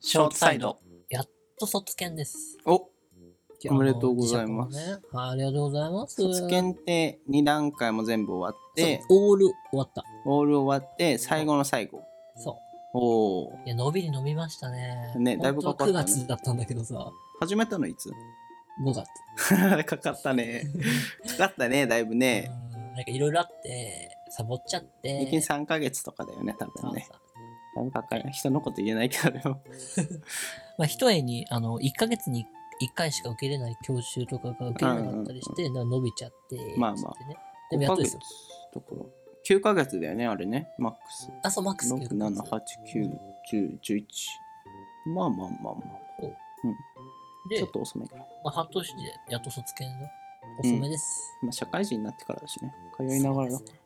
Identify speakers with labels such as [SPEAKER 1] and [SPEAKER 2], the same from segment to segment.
[SPEAKER 1] ショートサイド。
[SPEAKER 2] と卒検です。
[SPEAKER 1] おおめでとうございます
[SPEAKER 2] いやもう記者もねはいありがとうございます。
[SPEAKER 1] 卒検って2段階も全部終わって、
[SPEAKER 2] そうオール終わった。
[SPEAKER 1] オール終わって、最後の最後。
[SPEAKER 2] そ
[SPEAKER 1] おお。
[SPEAKER 2] う。いや、伸びに伸びましたね。
[SPEAKER 1] ねだいぶかかったね
[SPEAKER 2] 本当は9月だったんだけどさ、
[SPEAKER 1] 始めたのいつ
[SPEAKER 2] 5月。
[SPEAKER 1] かかった ね。かかったね、だいぶね。
[SPEAKER 2] うんなんかいろいろあって、サボっちゃって。
[SPEAKER 1] 平均3ヶ月とかだよね、多
[SPEAKER 2] そ
[SPEAKER 1] 分
[SPEAKER 2] う
[SPEAKER 1] ね。
[SPEAKER 2] そう
[SPEAKER 1] だいぶかかる。人のこと言えないけど、でも。
[SPEAKER 2] まあ、一重に、あの、1ヶ月に1回しか受けれない教習とかが受けれなかったりして、なんか伸びちゃって、
[SPEAKER 1] まあまあ
[SPEAKER 2] つってね。でもやっとですよ。
[SPEAKER 1] ところ。9ヶ月だよね、あれね。マックス。
[SPEAKER 2] あ、そう、マックス
[SPEAKER 1] 6、7、8、9、10、11。まあまあまあまあ。
[SPEAKER 2] で
[SPEAKER 1] ちょっ、と遅めかな。
[SPEAKER 2] まあ、半年でやっと卒検の遅めです。
[SPEAKER 1] まあ、社会人になってからだしね。通いながらだ
[SPEAKER 2] そうですね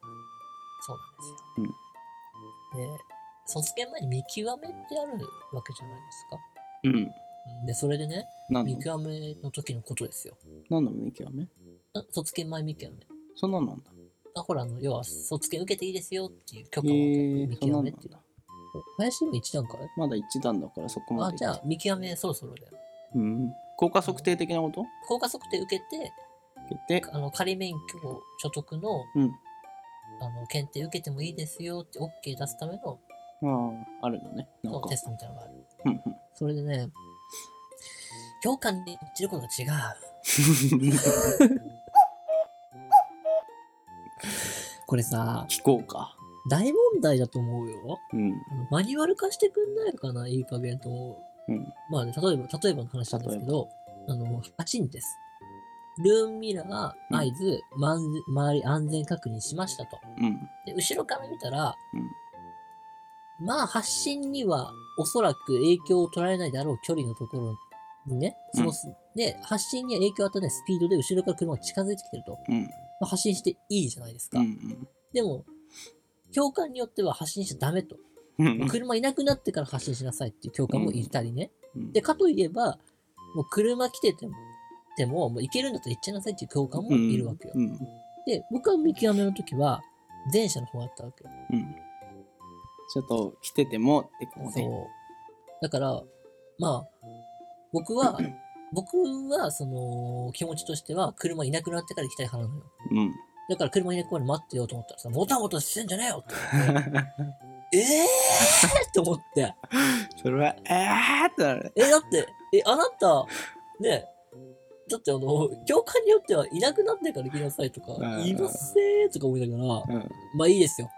[SPEAKER 2] そうなんですよ。で、卒検前に見極めってあるわけじゃないですか。
[SPEAKER 1] うん。
[SPEAKER 2] うんで、それでね、
[SPEAKER 1] 何
[SPEAKER 2] 見
[SPEAKER 1] の
[SPEAKER 2] 極めの時のことですよ。
[SPEAKER 1] 何の見極め
[SPEAKER 2] あ卒検前見極め。
[SPEAKER 1] そんなんなんだ。
[SPEAKER 2] あほら、あの要は卒検受けていいですよっていう許可を
[SPEAKER 1] へえ
[SPEAKER 2] 見
[SPEAKER 1] そんな
[SPEAKER 2] 極
[SPEAKER 1] ん
[SPEAKER 2] め
[SPEAKER 1] な
[SPEAKER 2] っ
[SPEAKER 1] ん
[SPEAKER 2] ていう
[SPEAKER 1] だ
[SPEAKER 2] の。。林にも1段階
[SPEAKER 1] まだ一段だからそこま
[SPEAKER 2] あ、
[SPEAKER 1] で
[SPEAKER 2] じゃあ、見極めそろそろだよ。
[SPEAKER 1] うん。効果測定的なこと
[SPEAKER 2] 効果測定受けて、
[SPEAKER 1] で、
[SPEAKER 2] あの仮免許所得の
[SPEAKER 1] うん。
[SPEAKER 2] あの検定受けてもいいですよって OK 出すための
[SPEAKER 1] ああ、あるのね。な
[SPEAKER 2] そ
[SPEAKER 1] ん
[SPEAKER 2] う
[SPEAKER 1] か
[SPEAKER 2] テ。ストみたいなのがある。
[SPEAKER 1] うんうん
[SPEAKER 2] それでね、教官に言ってることが違う。これさ、
[SPEAKER 1] 聞こうか。
[SPEAKER 2] 大問題だと思うよ。
[SPEAKER 1] うん。
[SPEAKER 2] あのマニュアル化してくんないかな、いい加減と思
[SPEAKER 1] うん。
[SPEAKER 2] う。まあね、例えば、例えばの話なんですけど、あの、8人です。ルームミラー合図、まん周り安全確認しましたと。
[SPEAKER 1] うん。
[SPEAKER 2] で、後ろから見たら、まあ、発進にはおそらく影響を取られないであろう距離のところにね、過ごす。で、発進には影響を与えないスピードで後ろから車が近づいてきてると。
[SPEAKER 1] うん。
[SPEAKER 2] まあ、発進していいじゃないです
[SPEAKER 1] う
[SPEAKER 2] か。
[SPEAKER 1] ん。
[SPEAKER 2] でも、教官によっては発進しちゃダメと。
[SPEAKER 1] うん。
[SPEAKER 2] 車いなくなってから発進しなさいっていう教官もいたりね。
[SPEAKER 1] うん
[SPEAKER 2] で、かといえば、もう車来てても、でも、もう行けるんだったら行っちゃいなさいっていう教官もいるわけよ
[SPEAKER 1] う。ん。
[SPEAKER 2] で、僕は見極めの時は、前者の方だったわけよ。
[SPEAKER 1] うん。ちょっと来ててもってこと
[SPEAKER 2] そ
[SPEAKER 1] ね。
[SPEAKER 2] う。だから、まあ、僕 は、僕は、その、気持ちとしては、車いなくなってから行きたい派なのよ。
[SPEAKER 1] うん。
[SPEAKER 2] だから車いなくなるまで待ってようと思ったらさ、もたもたしてんじゃねえ よって思って、ええーって思って。
[SPEAKER 1] それは、えーってなる。
[SPEAKER 2] え、だって、え、あなた、ね、だってあの、教官によってはいなくなってから行きなさいとか
[SPEAKER 1] ん、
[SPEAKER 2] いませんとか思いながら、
[SPEAKER 1] うん。
[SPEAKER 2] まあいいですよ。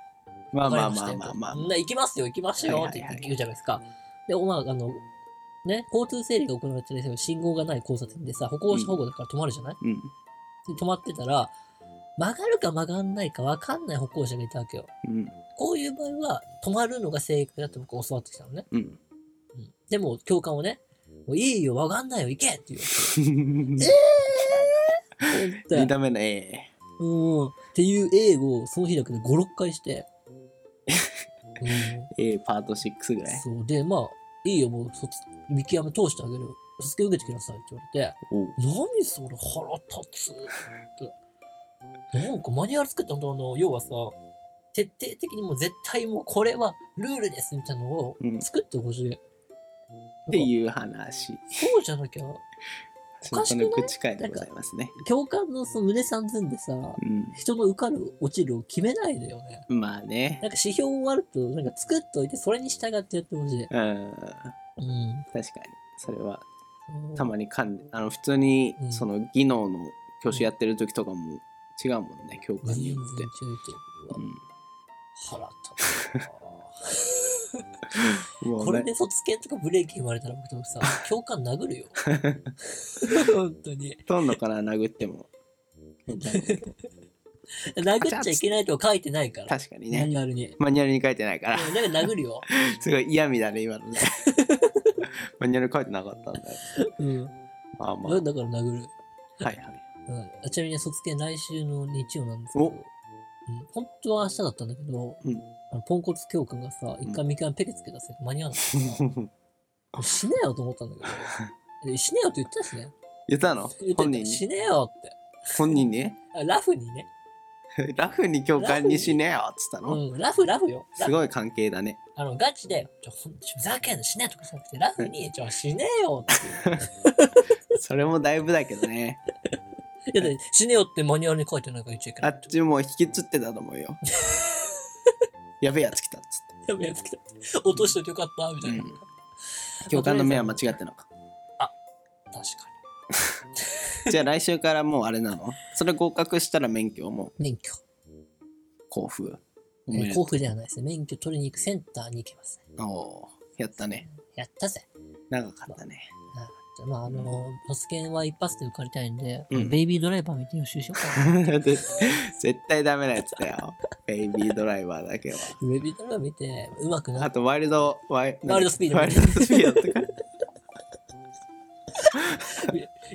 [SPEAKER 1] まあ
[SPEAKER 2] わ
[SPEAKER 1] ま
[SPEAKER 2] かり
[SPEAKER 1] あ
[SPEAKER 2] まし
[SPEAKER 1] ま
[SPEAKER 2] た
[SPEAKER 1] あ
[SPEAKER 2] よ
[SPEAKER 1] まあまあ
[SPEAKER 2] みん。な行きますよ、行きましょうって言うじゃないですか。で、まあ、あの、ね、交通整理が行われてる信号がない交差点でさ、歩行者保護だから止まるじゃない、
[SPEAKER 1] うん。
[SPEAKER 2] で止まってたら、曲がるか曲がんないか分かんない歩行者がいたわけよ。
[SPEAKER 1] うん。
[SPEAKER 2] こういう場合は、止まるのが正解だって僕は教わってきたのね。
[SPEAKER 1] うん。
[SPEAKER 2] うんでも、教官をね、もういいよ、分かんないよ、行 けって言うわけ。
[SPEAKER 1] 2段目の A。
[SPEAKER 2] うん。っていう英語をその日だけで5、6回 して。うん、
[SPEAKER 1] A パート6ぐらい。
[SPEAKER 2] そう。で、まあ、いいよ、もう、卒見極め通してあげるよ。卒業受けてきなさいって言われて、
[SPEAKER 1] おう
[SPEAKER 2] 何それ腹立つって。なんかマニュアル作ったんだあの、要はさ、徹底的にもう絶対もうこれはルールですみたいなのを
[SPEAKER 1] うん
[SPEAKER 2] 作ってほしい。
[SPEAKER 1] っていう話。
[SPEAKER 2] そうじゃなきゃ、おかし
[SPEAKER 1] そ
[SPEAKER 2] くない
[SPEAKER 1] の口会でございますね。
[SPEAKER 2] 教官のその胸さんずんでさ、人の受かる落ちるを決めないでよね。
[SPEAKER 1] うん。まあね。
[SPEAKER 2] なんか指標をあると、なんか作っといて、それに従ってやってほしい。
[SPEAKER 1] うん。
[SPEAKER 2] うん。
[SPEAKER 1] 確かに。それは
[SPEAKER 2] そう
[SPEAKER 1] たまにかんあの普通に
[SPEAKER 2] うん
[SPEAKER 1] その技能の教師やってる時とかも違うもんね、教官
[SPEAKER 2] 全
[SPEAKER 1] に
[SPEAKER 2] 然
[SPEAKER 1] よ
[SPEAKER 2] 違う
[SPEAKER 1] って。
[SPEAKER 2] 腹立 つな。
[SPEAKER 1] うん、も
[SPEAKER 2] こ
[SPEAKER 1] う
[SPEAKER 2] れ
[SPEAKER 1] ね
[SPEAKER 2] で卒検とかブレーキ生まれたら僕とさ、教官 殴るよ。本当に。
[SPEAKER 1] 取んのかな、殴っても。
[SPEAKER 2] 殴っちゃいけないとは書いてないから。
[SPEAKER 1] 確かに
[SPEAKER 2] マ
[SPEAKER 1] ね。
[SPEAKER 2] ニュアルに。うん
[SPEAKER 1] マニュアルに書いてないから、
[SPEAKER 2] だから殴 るよ。
[SPEAKER 1] すごい嫌味だね、今のね。マニュアル書いてなかったんだ。
[SPEAKER 2] うん。
[SPEAKER 1] まあまあ。
[SPEAKER 2] だ
[SPEAKER 1] はい
[SPEAKER 2] から殴る。
[SPEAKER 1] はい。
[SPEAKER 2] うんあちなみに卒検来週の日曜なんですけど、う
[SPEAKER 1] お
[SPEAKER 2] ん、本当は明日だったんだけど、
[SPEAKER 1] うん
[SPEAKER 2] あのポンコツ教官がさ、一回三回ペケつけ出せ 間に合わなかったからもう死ねよと思ったんだけ ど、で死ねよって言ったしね。
[SPEAKER 1] 言ったの
[SPEAKER 2] 言ってた
[SPEAKER 1] 本人に。
[SPEAKER 2] 死ねよって。
[SPEAKER 1] 本人に
[SPEAKER 2] あラフにね。
[SPEAKER 1] ラフに共感にしねえよっつったの、
[SPEAKER 2] うん、ラフラフよ。ラ
[SPEAKER 1] すごい関係だね。
[SPEAKER 2] あの、ガチで、ちょ、ほんちょふざけんなしねえとかじゃなくて、ラフに、ちょ、しねえよって
[SPEAKER 1] それもだいぶだけど ね。
[SPEAKER 2] いやだって。しねえよってマニュアルに書いてないから一応いけ
[SPEAKER 1] あ
[SPEAKER 2] な
[SPEAKER 1] っ
[SPEAKER 2] い。
[SPEAKER 1] ちも引きつってたと思う よ。やべえやつ来たっつっ
[SPEAKER 2] でもやつけた。落としといてよかった、みたいな。
[SPEAKER 1] うん
[SPEAKER 2] 確か
[SPEAKER 1] て。共感の目は間違ってんのか。じゃあ来週からもうあれなのそれ合格したら免許も
[SPEAKER 2] に。免許。
[SPEAKER 1] 交付。おめ
[SPEAKER 2] え
[SPEAKER 1] で
[SPEAKER 2] ー
[SPEAKER 1] と
[SPEAKER 2] 甲府ではないですね。免許取りに行くセンターに行きます。
[SPEAKER 1] う。おーやったね。
[SPEAKER 2] やったぜ。
[SPEAKER 1] 長かったね。
[SPEAKER 2] あじゃあまあ、あの、ロスケンは一発で受かりたいんで、
[SPEAKER 1] うん
[SPEAKER 2] ベイビードライバー見て予習しようか な。
[SPEAKER 1] 絶絶対ダメなやつだよ。ベイビードライバーだけは。
[SPEAKER 2] ベイビードライバー見て、うまくな
[SPEAKER 1] あとワイルド、ワイ
[SPEAKER 2] ワイルドスピード
[SPEAKER 1] ワイルドスピードとか。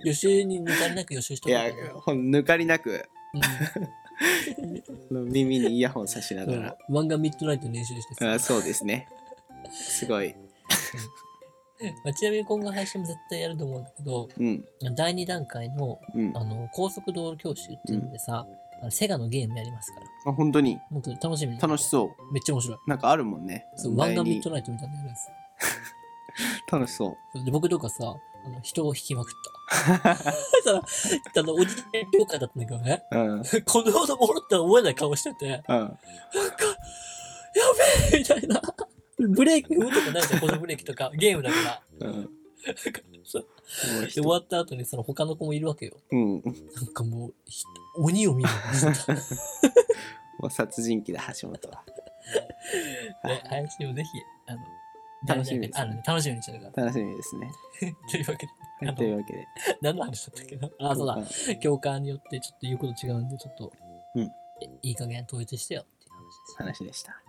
[SPEAKER 2] 予習に抜かりなく予習しと
[SPEAKER 1] い
[SPEAKER 2] こう
[SPEAKER 1] や
[SPEAKER 2] かな、
[SPEAKER 1] ほん抜かりなく
[SPEAKER 2] うん
[SPEAKER 1] 耳にイヤホンさしながら。
[SPEAKER 2] そう漫画ミッドナイトの練習してさ、
[SPEAKER 1] あそうですね。すごい。
[SPEAKER 2] まあ、ちなみに今後配信も絶対やると思うんだけど、
[SPEAKER 1] うん。
[SPEAKER 2] 第2段階の
[SPEAKER 1] うん。
[SPEAKER 2] あの高速道路教習っていうのでさ、あのセガのゲームやりますから、
[SPEAKER 1] あ本当に
[SPEAKER 2] 本当に楽しみに。
[SPEAKER 1] 楽しそう
[SPEAKER 2] めっちゃ面白い。
[SPEAKER 1] う。なんかあるもんね。
[SPEAKER 2] そう、
[SPEAKER 1] 第
[SPEAKER 2] 漫
[SPEAKER 1] 二
[SPEAKER 2] 画ミッドナイトみたいなのやるんですよ
[SPEAKER 1] 楽しそう。
[SPEAKER 2] そうで僕とかさ、あの人を引きま くった。だから、あの、おじいちゃん業界だったんだけどね、
[SPEAKER 1] うん。うん。
[SPEAKER 2] このほどもろって思えない顔してて、 みたいな。ブレーキ踏むとかないじゃん、このブレーキとか。ゲームだから。
[SPEAKER 1] うん。
[SPEAKER 2] そう
[SPEAKER 1] すごい
[SPEAKER 2] で終
[SPEAKER 1] 人
[SPEAKER 2] わった後にその他の子もいるわけよ。
[SPEAKER 1] うん。 も
[SPEAKER 2] なんかもう、ひ鬼を見 るようにしてた。
[SPEAKER 1] う殺人鬼だ、橋本は。
[SPEAKER 2] ね配信をぜひ、あの、
[SPEAKER 1] 楽しみです
[SPEAKER 2] あのね、楽しみにしてるから。
[SPEAKER 1] 楽しみですね。
[SPEAKER 2] というわけで、
[SPEAKER 1] はいというわけで。
[SPEAKER 2] 何の話だったっけなあ、そうだ。
[SPEAKER 1] だ。
[SPEAKER 2] 共感によってちょっと言うこと違うんで、ちょっと、
[SPEAKER 1] うん
[SPEAKER 2] えいい加減統一してよっていう話です。
[SPEAKER 1] 話でした。